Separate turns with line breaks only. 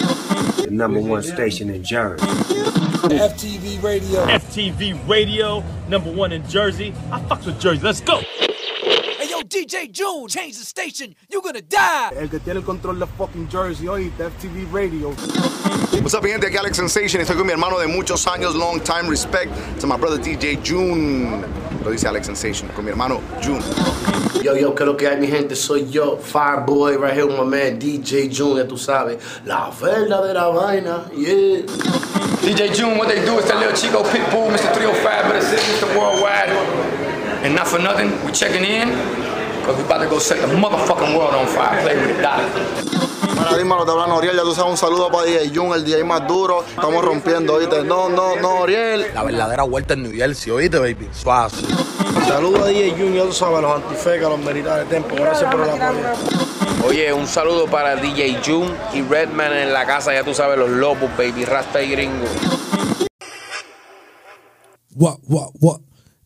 the number one station in Jersey.
FTV Radio.
FTV Radio, number one in Jersey. I fucks with Jersey. Let's go.
Hey yo, DJ June, change the station. You're gonna die.
El que tiene el control de fucking Jersey ahorita, FTV Radio.
What's up, mi gente? Aquí Alex Sensation. Estoy con mi hermano de muchos años, long time respect. To my brother DJ June. Lo dice Alex Sensation, con mi hermano June.
Yo, yo, que lo que hay, mi gente, soy yo, Fireboy, right here with my man DJ June, ya tú sabes. La verdadera vaina, yeah.
DJ June, what they do is that little Chico Pitbull, Mr. 305, but it's Mr. Worldwide. And not for nothing, we checking in, because we about to go set the motherfucking world on fire. Play with it, doc.
Bueno, dímelo, te hablan Oriel, ya tú sabes, un saludo para DJ Jun, el DJ más duro. Estamos rompiendo, oíste. No, no, no, Oriel.
La verdadera vuelta en New Jersey, oíste, baby. Suave.
Saludos a DJ Jun, ya tú sabes, los antifecas, los militares de tiempo. Gracias por el apoyo.
Oye, un saludo para DJ Jun y Redman en la casa, ya tú sabes, los lobos, baby, rasta y gringo.
What, what, what?